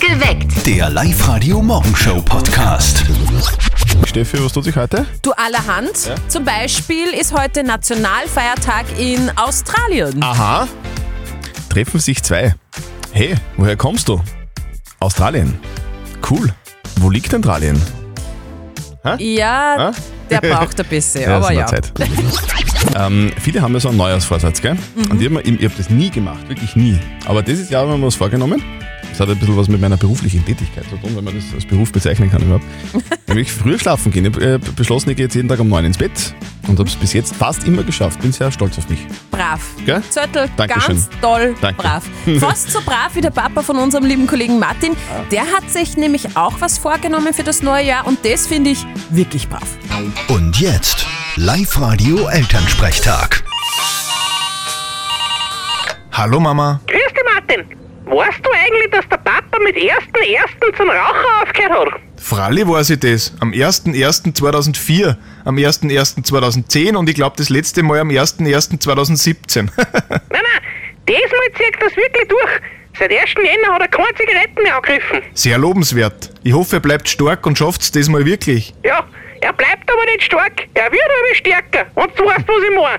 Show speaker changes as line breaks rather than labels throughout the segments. Geweckt.
Der Live-Radio-Morgenshow-Podcast.
Steffi, was tut sich heute?
Du allerhand. Zum Beispiel ist heute Nationalfeiertag in Australien.
Aha. Treffen sich zwei. Hey, woher kommst du? Australien. Cool. Wo liegt Australien?
Ja,
Ah?
der braucht ein bisschen,
ist
aber
noch
ja.
Zeit. ähm, viele haben ja so einen Neujahrsvorsatz, gell?
Mhm.
Und ich habe hab das nie gemacht, wirklich nie. Aber dieses Jahr haben wir uns vorgenommen. Das hat ein bisschen was mit meiner beruflichen Tätigkeit zu tun, wenn man das als Beruf bezeichnen kann überhaupt. Nämlich früher schlafen gehen. Ich habe äh, beschlossen, ich gehe jetzt jeden Tag um neun ins Bett und habe es bis jetzt fast immer geschafft. Bin sehr stolz auf mich.
Brav.
Gell?
Zettel,
Dankeschön.
ganz toll
Danke.
brav. Fast so brav wie der Papa von unserem lieben Kollegen Martin.
Ah.
Der hat sich nämlich auch was vorgenommen für das neue Jahr und das finde ich wirklich brav.
Und jetzt Live-Radio Elternsprechtag.
Hallo Mama.
Grüß dich, Martin. Weißt du eigentlich, dass der Papa mit 1.1. zum Rauchen aufgehört hat?
Fralli weiß ich das. Am 01.01.2004, am 01.01.2010 und ich glaube das letzte Mal am 01.01.2017.
Nein, nein, diesmal zieht das wirklich durch. Seit 1. Jänner hat er keine Zigaretten mehr angegriffen.
Sehr lobenswert. Ich hoffe, er bleibt stark und schafft's das mal wirklich.
Ja, er bleibt aber nicht stark. Er wird aber stärker. Und du weißt, was ich meine.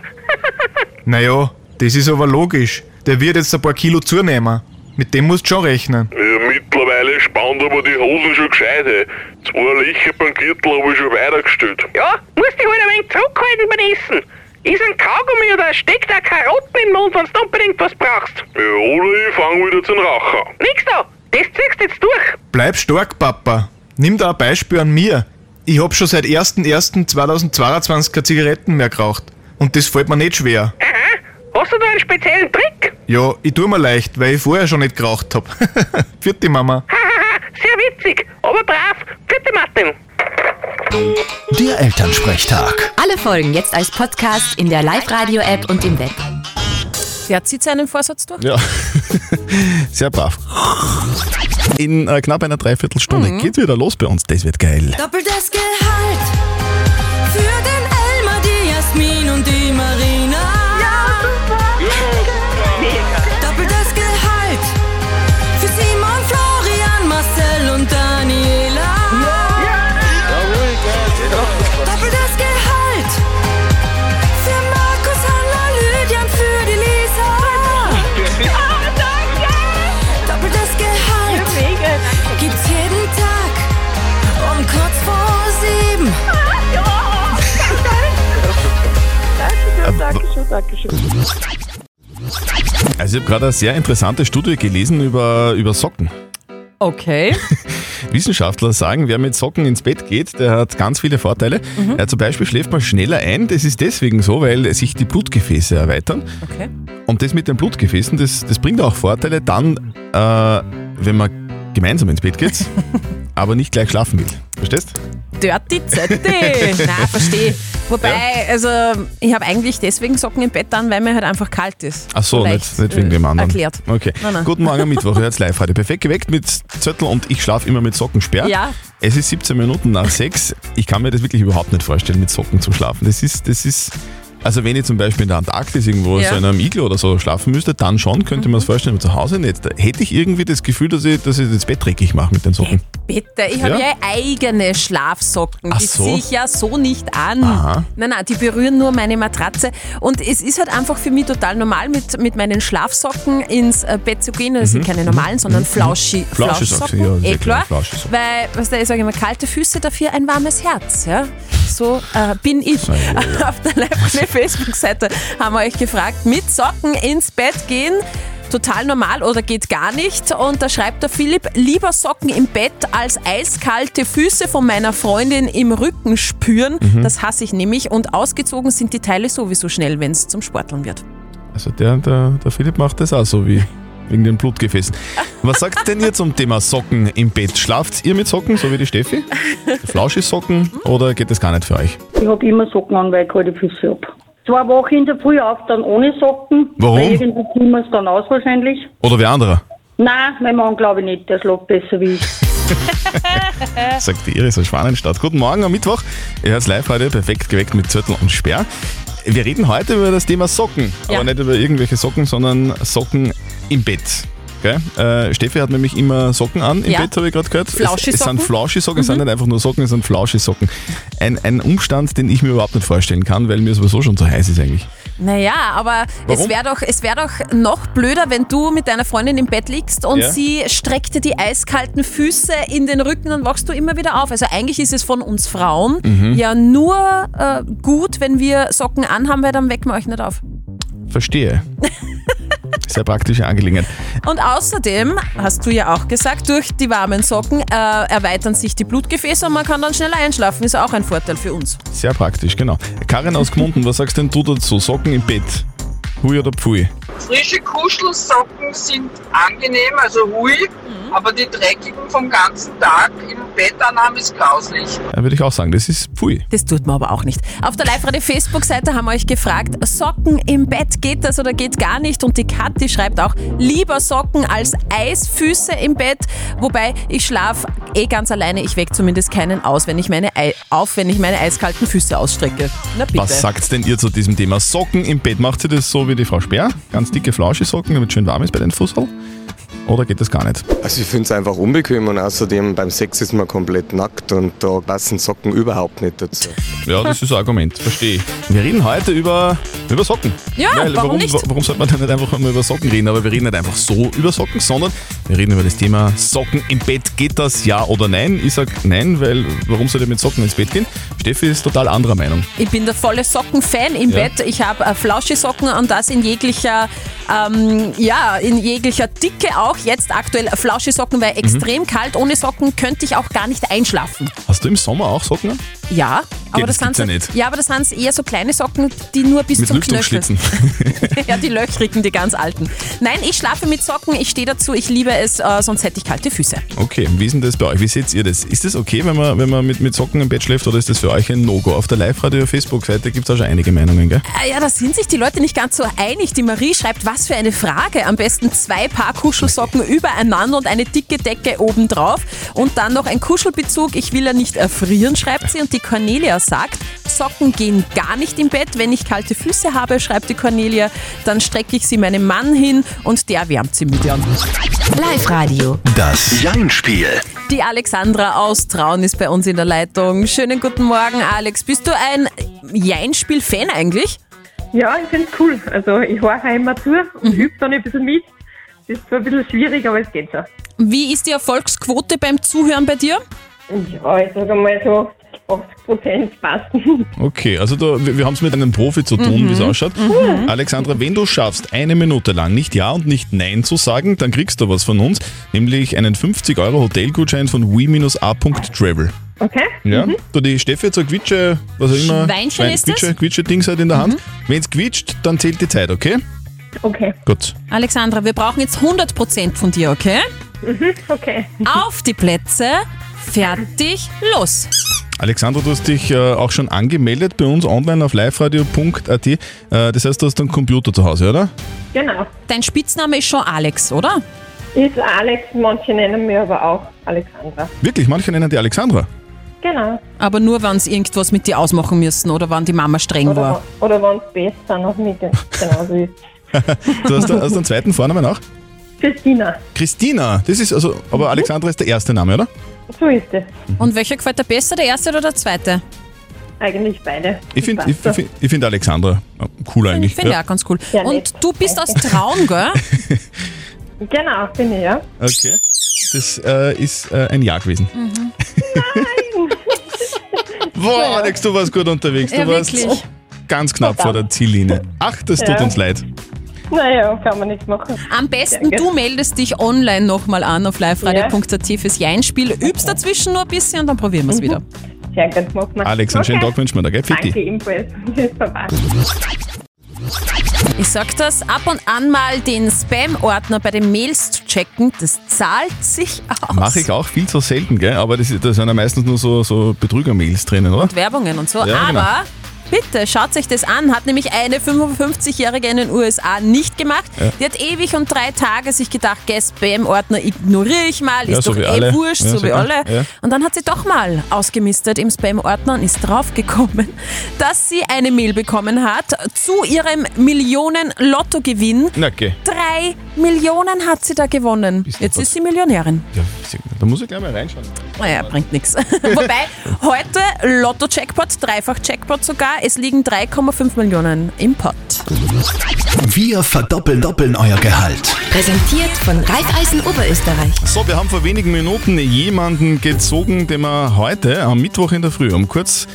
Naja, das ist aber logisch. Der wird jetzt ein paar Kilo zunehmen. Mit dem musst du schon rechnen.
Ja, Äh, mittlerweile spannt aber die Hosen schon gescheit. ey. Zwei Löcher beim Gürtel habe ich schon weitergestellt.
ja, musst dich halt ein wenig zurückhalten beim Essen. Ist ein Kaugummi oder steckt da Karotten im Mund, wenn du unbedingt was brauchst.
Ja, oder ich fange Äh, wieder zum Rauchen an.
Nix da, das ziehst du jetzt durch.
Bleib stark, Papa. Nimm da ein Beispiel an mir. Ich hab schon seit 01.01.2022 keine Zigaretten mehr geraucht. Und das fällt mir nicht schwer.
Aha, hast du da einen speziellen Trick?
Ja, ich tu mir leicht, weil ich vorher schon nicht geraucht hab. Vierte Mama.
Hahaha, sehr witzig, aber brav. Bitte, Martin.
Der Elternsprechtag.
Alle Folgen jetzt als Podcast in der Live-Radio-App und im Web.
Der zieht seinen Vorsatz durch.
Ja, sehr brav. In äh, knapp einer Dreiviertelstunde geht's wieder los bei uns. Das wird geil.
Doppeltes Gehalt für den Elmar, die Jasmin und die Marina. Ja, super. Doppeltes Gehalt für Simon, Florian, Marcel und Daniela. Doppeltes Gehalt für Markus, Hanna, Lydia und für die Lisa. Doppeltes Gehalt gibt's jeden Tag um kurz vor sieben.
Also ich habe gerade eine sehr interessante Studie gelesen über, über Socken.
Okay.
Wissenschaftler sagen, wer mit Socken ins Bett geht, der hat ganz viele Vorteile. Ja, zum Beispiel schläft man schneller ein. Das ist deswegen so, weil sich die Blutgefäße erweitern.
Okay.
Und das mit den Blutgefäßen, das, das bringt auch Vorteile dann, äh, wenn man gemeinsam ins Bett geht, aber nicht gleich schlafen will. Verstehst?
Dirty Zetti. Na, verstehe. Wobei, also ich habe eigentlich deswegen Socken im Bett an, weil mir halt einfach kalt ist.
Ach so,
Vielleicht,
nicht, nicht wegen
äh,
dem anderen.
Erklärt.
Okay.
Nein, nein.
Guten Morgen am Mittwoch, jetzt live heute. Perfekt geweckt mit Zettel und ich schlafe immer mit Sockensperr.
Ja.
Es ist 17 Minuten nach 6. Ich kann mir das wirklich überhaupt nicht vorstellen, mit Socken zu schlafen. Das ist, das ist, also wenn ich zum Beispiel in der Antarktis irgendwo
Ja. Mhm.
so in einem Iglo oder so schlafen müsste, dann schon könnte man es vorstellen, aber zu Hause nicht. Da hätte ich irgendwie das Gefühl, dass ich, dass ich das Bett dreckig mache mit den Socken.
Bitte, ich habe
Ja?
ja? eigene Schlafsocken.
Ach
die
so.
ziehe ich ja so nicht an.
Aha.
Nein, nein, die berühren nur meine Matratze. Und es ist halt einfach für mich total normal, mit, mit meinen Schlafsocken ins äh, Bett zu gehen. Das
Mhm.
sind keine normalen, sondern flauschi,
Flauschisocke,
Flauschsocken.
ja,
eh
sehr klar,
klar.
Flauschisocke.
Weil, was da ich sage immer, kalte Füße, dafür ein warmes Herz. Ja? So äh, bin ich. Auf der live Facebook-Seite haben wir euch gefragt, mit Socken ins Bett gehen. Total normal oder geht gar nicht. Und da schreibt der Philipp, lieber Socken im Bett als eiskalte Füße von meiner Freundin im Rücken spüren.
Mhm.
Das hasse ich nämlich. Und ausgezogen sind die Teile sowieso schnell, wenn es zum Sporteln wird.
Also der, der, der Philipp macht das auch so wie wegen den Blutgefäßen. Was sagt denn ihr zum Thema Socken im Bett? Schlaft ihr mit Socken, so wie die Steffi? Flauschig Socken oder geht das gar nicht für euch?
Ich hab immer Socken an, weil ich kalte Füße hab. Zwei Wochen in der Früh auf, dann ohne Socken.
Warum?
Weil irgendwie ziehen wir es dann aus wahrscheinlich.
Oder wer anderer?
Nein, mein Mann glaube ich nicht, der schlägt besser wie ich.
Sagt die Iris aus Schwanenstadt. Guten Morgen am Mittwoch. Ihr hört live heute perfekt geweckt mit Zürtel und Sperr. Wir reden heute über das Thema Socken.
Ja.
Aber nicht über irgendwelche Socken, sondern Socken im Bett. Gell? Äh, Steffi hat nämlich immer Socken an im
Ja. Mhm.
Bett, habe ich gerade gehört. Es, es
Flauschisocken.
sind Flauschisocken, es sind nicht einfach nur Socken, es sind Flauschisocken. Ein, ein Umstand, den ich mir überhaupt nicht vorstellen kann, weil mir sowieso schon zu heiß ist eigentlich.
Naja, aber
Warum?
es wäre doch, es wär doch noch blöder, wenn du mit deiner Freundin im Bett liegst und
Ja.
sie streckt dir die eiskalten Füße in den Rücken und wachst du immer wieder auf. Also eigentlich ist es von uns Frauen
Mhm.
ja nur äh, gut, wenn wir Socken anhaben, weil dann wecken wir euch nicht auf.
Verstehe. Sehr praktische Angelegenheit.
Und außerdem, hast du ja auch gesagt, durch die warmen Socken äh, erweitern sich die Blutgefäße und man kann dann schneller einschlafen. Ist auch ein Vorteil für uns.
Sehr praktisch, genau. Karin aus Gmunden, was sagst denn du dazu? Socken im Bett. Hui oder Pfui?
Frische Kuschelsocken sind angenehm, also ruhig,
Mhm.
aber die dreckigen vom ganzen Tag im Bett anhaben ist grauslich.
Da würde Äh, ich auch sagen, das ist Pfui.
Das tut man aber auch nicht. Auf der live radio Facebook-Seite haben wir euch gefragt, Socken im Bett, geht das oder geht gar nicht? Und die Kathi schreibt auch, lieber Socken als Eisfüße im Bett. Wobei, ich schlafe eh ganz alleine, ich weck zumindest keinen aus, wenn ich meine Ei auf, wenn ich meine eiskalten Füße ausstrecke. Na bitte.
Was sagt denn ihr zu diesem Thema? Socken im Bett, macht ihr das so wie die Frau Speer? Ganz dicke Flauschisocken, damit es schön warm ist bei den Fussel? Oder geht das gar nicht?
Also ich finde es einfach unbequem und außerdem beim Sex ist man komplett nackt und da passen Socken überhaupt nicht dazu.
Ja, das ist ein Argument, verstehe ich. Wir reden heute über, über Socken.
Ja, warum nicht?
wa- Warum sollte man denn nicht einfach mal über Socken reden? Aber wir reden nicht einfach so über Socken, sondern wir reden über das Thema Socken im Bett. Geht das ja oder nein? Ich sage nein, weil warum soll ich mit Socken ins Bett gehen? Steffi ist total anderer Meinung.
Ich bin der volle Socken-Fan im
Ja.
Bett. Ich habe äh, Flauschisocken und das in jeglicher, ähm, ja, in jeglicher Dicke auch. Jetzt aktuell Flauschisocken,
Mhm.
weil extrem kalt. Ohne Socken könnte ich auch gar nicht einschlafen.
Hast du im Sommer auch Socken? an?
Ja, aber
das
das,
gibt's
sind
ja
so-
nicht.
ja, aber das sind eher so kleine Socken, die nur bis
Mit
zum Knöchel.
Lüftungsschlitzen.
ja, die löchrigen, die ganz alten. Nein, ich schlafe mit Socken. Ich stehe dazu. Ich liebe es, äh, sonst hätte ich kalte Füße.
Okay, wie ist denn das bei euch? Wie seht ihr das? Ist das okay, wenn man, wenn man mit, mit Socken im Bett schläft oder ist das für euch ein No-Go? Auf der Live-Radio-Facebook-Seite gibt es auch schon einige Meinungen, gell?
Ah Ja, da sind sich die Leute nicht ganz so einig. Die Marie schreibt, was für eine Frage. Am besten zwei Paar Kuschelsocken übereinander und eine dicke Decke obendrauf. Und dann noch ein Kuschelbezug. Ich will ja nicht erfrieren, schreibt sie. Und die Cornelia sagt, Socken gehen gar nicht im Bett. Wenn ich kalte Füße habe, schreibt die Cornelia, dann strecke ich sie meinem Mann hin und der wärmt sie mit an. Live Radio.
Das Jein-Spiel.
Die Alexandra aus Traun ist bei uns in der Leitung. Schönen guten Morgen, Alex. Bist du ein Jeinspiel-Fan eigentlich?
Ja, ich finde es cool. Also ich höre auch immer zu
Mhm.
und übe dann ein bisschen mit. Das ist zwar ein bisschen schwierig, aber es geht schon.
Wie ist die Erfolgsquote beim Zuhören bei dir?
Ja, ich sage mal so 80 Prozent passen.
Okay, also da, wir, wir haben es mit einem Profi zu tun,
Mhm.
wie es ausschaut.
Mhm.
Alexandra, wenn du schaffst, eine Minute lang nicht Ja und nicht Nein zu sagen, dann kriegst du was von uns, nämlich einen 50-Euro-Hotelgutschein von we-a.travel.
Okay. Mhm.
Ja, du, die Steffi hat so ein Quitsche, was auch immer.
Schweinchen ist das?
Quitsche, Quitsche-Dings halt in der Hand. Wenn's quietscht, dann zählt die Zeit, okay?
Mhm. Okay.
Gut.
Alexandra, wir brauchen jetzt 100% von dir, okay?
Mhm, Okay.
Auf die Plätze, fertig, los.
Alexandra, du hast dich äh, auch schon angemeldet bei uns online auf liveradio.at. Äh, das heißt, du hast einen Computer zu Hause, oder?
Genau.
Dein Spitzname ist schon Alex, oder?
Ist Alex, manche nennen mich aber auch Alexandra.
Wirklich, manche nennen die Alexandra.
Genau.
Aber nur, wenn sie irgendwas mit dir ausmachen müssen oder wann die Mama streng war.
Oder wenn es besser noch mit dem genauso ist.
Du hast, äh, hast einen zweiten Vornamen auch?
Christina, Mhm.
Christina, das ist also, aber Alexandra ist der erste Name, oder?
so ist es.
Und welcher gefällt dir besser, der erste oder der zweite?
Eigentlich beide.
Ich finde ich,
Passt
ich find, ich find Alexandra äh, cool eigentlich.
Finde ich auch ganz cool. Und du bist aus Traun, gell?
Genau, bin ich, ja.
Okay. Das äh, ist äh, ein Ja gewesen.
Mhm.
Boah, Alex, du warst gut unterwegs. Du
Ja,
warst
wirklich.
ganz knapp vor der Ziellinie. Ach, das tut
Ja.
uns leid.
Naja, kann man nichts machen.
Am besten du meldest dich online nochmal an auf liveradio.at fürs Jeinspiel, übst dazwischen nur ein bisschen und dann probieren
Mhm.
wir es wieder.
Sehr gut, machen wir.
Alex, einen schönen Tag wünschen wir dir, gell?
Danke
Fitti.
ebenfalls. Tschüss, Baba.
Ich sag das, ab und an mal den Spam-Ordner bei den Mails zu checken, das zahlt sich aus.
Mache ich auch viel zu selten, gell? Aber das- da sind ja meistens nur so, so Betrüger-Mails drinnen, oder?
Werbungen und so,
Ja, genau.
aber Bitte schaut euch das an. Hat nämlich eine 55-Jährige in den USA nicht gemacht.
Ja.
Die hat ewig um drei Tage sich gedacht, gell, Spam-Ordner ignoriere ich mal,
Ja,
ist
so
doch
wie
eh
alle.
wurscht,
Ja,
so,
so
wie
wie
alle.
alle. Ja.
Und dann hat sie doch mal ausgemistet im Spam-Ordner und ist draufgekommen, dass sie eine Mail bekommen hat zu ihrem Millionen-Lottogewinn.
Na, okay.
Drei Millionen hat sie da gewonnen. Jetzt ist sie Millionärin.
Ja, da muss ich gleich mal reinschauen.
Naja, bringt nichts. Wobei, heute Lotto-Jackpot, Dreifach-Jackpot sogar. Es liegen 3,5 Millionen im Pott.
Wir verdoppeln doppeln euer Gehalt.
Präsentiert von Raiffeisen Oberösterreich.
So, wir haben vor wenigen Minuten jemanden gezogen, dem wir heute am Mittwoch in der Früh um kurz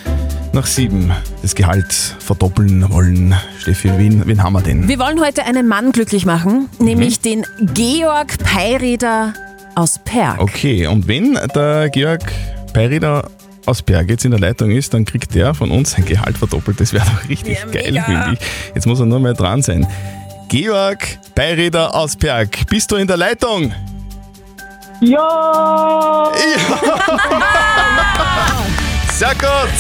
nach sieben das Gehalt verdoppeln wollen. Steffi, wen, wen haben wir denn?
Wir wollen heute einen Mann glücklich machen, nämlich den Georg Peireder aus Perg.
Okay, und wenn der Georg Peirida aus Berg jetzt in der Leitung ist, dann kriegt der von uns sein Gehalt verdoppelt. Das wäre doch richtig geil, finde ich. Jetzt muss er nur mal dran sein. Georg Peirida aus Berg, bist du in der Leitung?
Ja!
Sehr gut!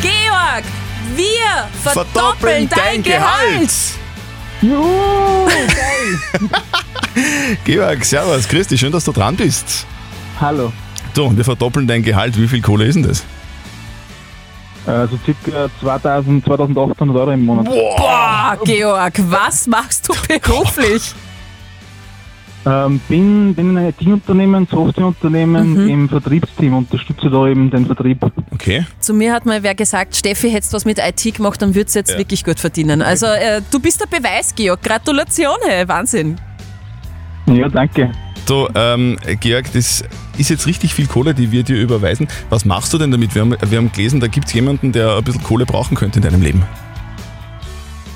Georg, wir verdoppeln,
Verdoppeln dein
dein Gehalt.
Juhu!
Georg, servus, grüß dich, schön, dass du dran bist.
Hallo.
So, wir verdoppeln dein Gehalt. Wie viel Kohle ist denn das?
Also circa 2000, 2800 Euro im Monat.
Boah, Georg, was machst du beruflich?
Ähm, bin, bin in einem IT-Unternehmen, Softwareunternehmen im Vertriebsteam, unterstütze da eben den Vertrieb.
Okay.
Zu mir hat mal wer gesagt, Steffi, hättest du was mit IT gemacht, dann würdest du jetzt wirklich gut verdienen. Also äh, du bist der Beweis, Georg. Gratulation, hey, Wahnsinn.
Ja, danke.
So, ähm, Georg, das ist jetzt richtig viel Kohle, die wir dir überweisen. Was machst du denn damit? Wir haben, wir haben gelesen, da gibt es jemanden, der ein bisschen Kohle brauchen könnte in deinem Leben.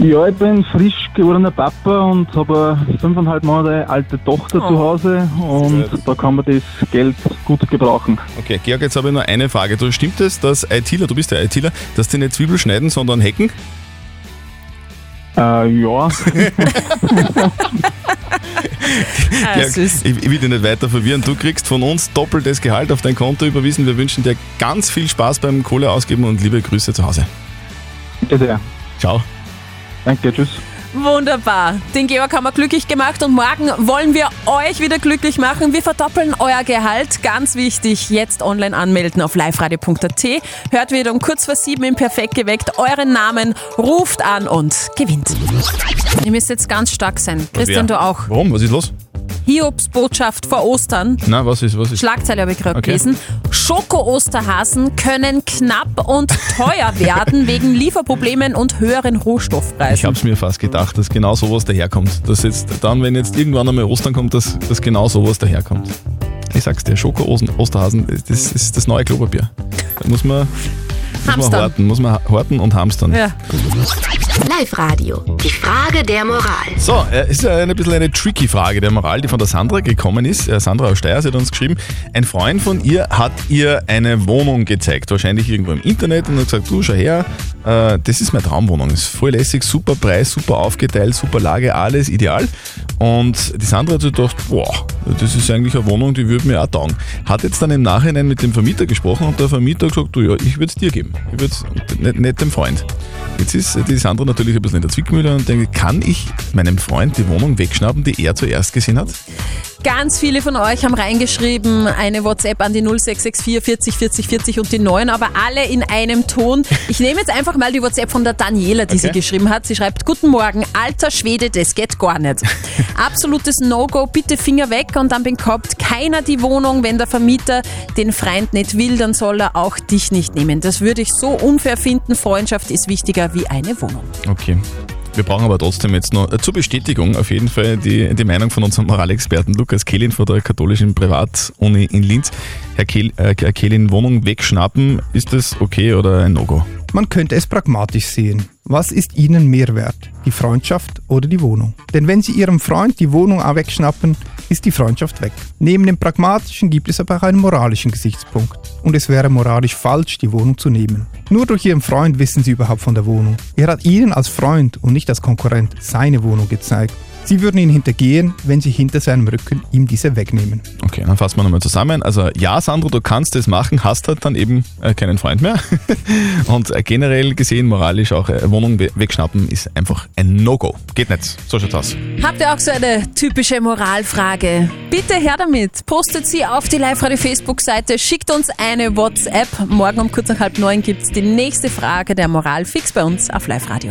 Ja, ich bin frisch gewordener Papa und habe eine fünfeinhalb Monate alte Tochter
Oh.
zu Hause und da kann man das Geld gut gebrauchen.
Okay, Georg, jetzt habe ich nur eine Frage. Du stimmt es, dass ITler, du bist der ITler, dass die nicht Zwiebel schneiden, sondern hacken?
Äh, ja.
Ah,
Georg, ich, ich will dich nicht weiter verwirren. Du kriegst von uns doppeltes Gehalt auf dein Konto überwiesen. Wir wünschen dir ganz viel Spaß beim Kohle ausgeben und liebe Grüße zu Hause.
Bitte sehr.
Ciao.
Danke, tschüss.
Wunderbar. Den Georg haben wir glücklich gemacht und morgen wollen wir euch wieder glücklich machen. Wir verdoppeln euer Gehalt. Ganz wichtig, jetzt online anmelden auf liveradio.at. Hört wieder um kurz vor sieben im Perfekt geweckt euren Namen, ruft an und gewinnt. Ihr müsst jetzt ganz stark sein. Christian,
Wer?
du auch.
Warum? Was ist los?
Hiobs Botschaft vor Ostern.
Na, was ist, was ist?
Schlagzeile habe ich gerade
Okay.
gelesen. Schoko-Osterhasen können knapp und teuer werden wegen Lieferproblemen und höheren Rohstoffpreisen.
Ich habe es mir fast gedacht, dass genau sowas daherkommt. Dass jetzt dann, wenn jetzt irgendwann einmal Ostern kommt, dass, dass genau sowas daherkommt. Ich sag's dir, Schoko-Osterhasen, das ist das neue Klopapier. Da muss man, muss man
Hamstern.
horten, muss man horten und hamstern.
Live-Radio. Die Frage der Moral.
So, äh, ist ja ein bisschen eine tricky Frage der Moral, die von der Sandra gekommen ist. Äh, Sandra aus Steyr, sie hat uns geschrieben, ein Freund von ihr hat ihr eine Wohnung gezeigt, wahrscheinlich irgendwo im Internet und hat gesagt, du schau her, äh, das ist meine Traumwohnung, ist voll lässig, super Preis, super aufgeteilt, super Lage, alles ideal. Und die Sandra hat sich gedacht, boah, das ist eigentlich eine Wohnung, die würde mir auch taugen. Hat jetzt dann im Nachhinein mit dem Vermieter gesprochen und der Vermieter hat gesagt, du ja, ich würde es dir geben, ich würde es nicht, nicht dem Freund. Jetzt ist die Sandra natürlich ein bisschen in der Zwickmühle und denkt, kann ich meinem Freund die Wohnung wegschnappen, die er zuerst gesehen hat?
Ganz viele von euch haben reingeschrieben, eine WhatsApp an die 0664 40 40 40 und die 9, aber alle in einem Ton. Ich nehme jetzt einfach mal die WhatsApp von der Daniela, die sie
Okay.
geschrieben hat. Sie schreibt, guten Morgen, alter Schwede, das geht gar nicht. Absolutes No-Go, bitte Finger weg und dann bekommt keiner die Wohnung. Wenn der Vermieter den Freund nicht will, dann soll er auch dich nicht nehmen. Das würde ich so unfair finden. Freundschaft ist wichtiger wie eine Wohnung.
Okay. Wir brauchen aber trotzdem jetzt noch äh, zur Bestätigung auf jeden Fall die, die Meinung von unserem Moralexperten Lukas Kehlin von der katholischen Privatuni in Linz. Herr, Kehl, äh, Herr Kehlin, Wohnung wegschnappen, ist das okay oder ein No-Go?
Man könnte es pragmatisch sehen. Was ist Ihnen mehr wert? Die Freundschaft oder die Wohnung? Denn wenn Sie Ihrem Freund die Wohnung auch wegschnappen, ist die Freundschaft weg. Neben dem pragmatischen gibt es aber auch einen moralischen Gesichtspunkt. Und es wäre moralisch falsch, die Wohnung zu nehmen. Nur durch Ihren Freund wissen Sie überhaupt von der Wohnung. Er hat Ihnen als Freund und nicht als Konkurrent seine Wohnung gezeigt. Sie würden ihn hintergehen, wenn sie hinter seinem Rücken ihm diese wegnehmen.
Okay, dann fassen wir nochmal zusammen. Also ja, Sandro, du kannst das machen, hast halt dann eben äh, keinen Freund mehr. Und äh, generell gesehen, moralisch auch äh, Wohnung we- wegschnappen ist einfach ein No-Go. Geht nicht. So schaut's aus.
Habt ihr auch so eine typische Moralfrage? Bitte her damit. Postet sie auf die Live-Radio-Facebook-Seite, schickt uns eine WhatsApp. Morgen um kurz nach halb neun gibt's die nächste Frage der Moral fix bei uns auf Live-Radio.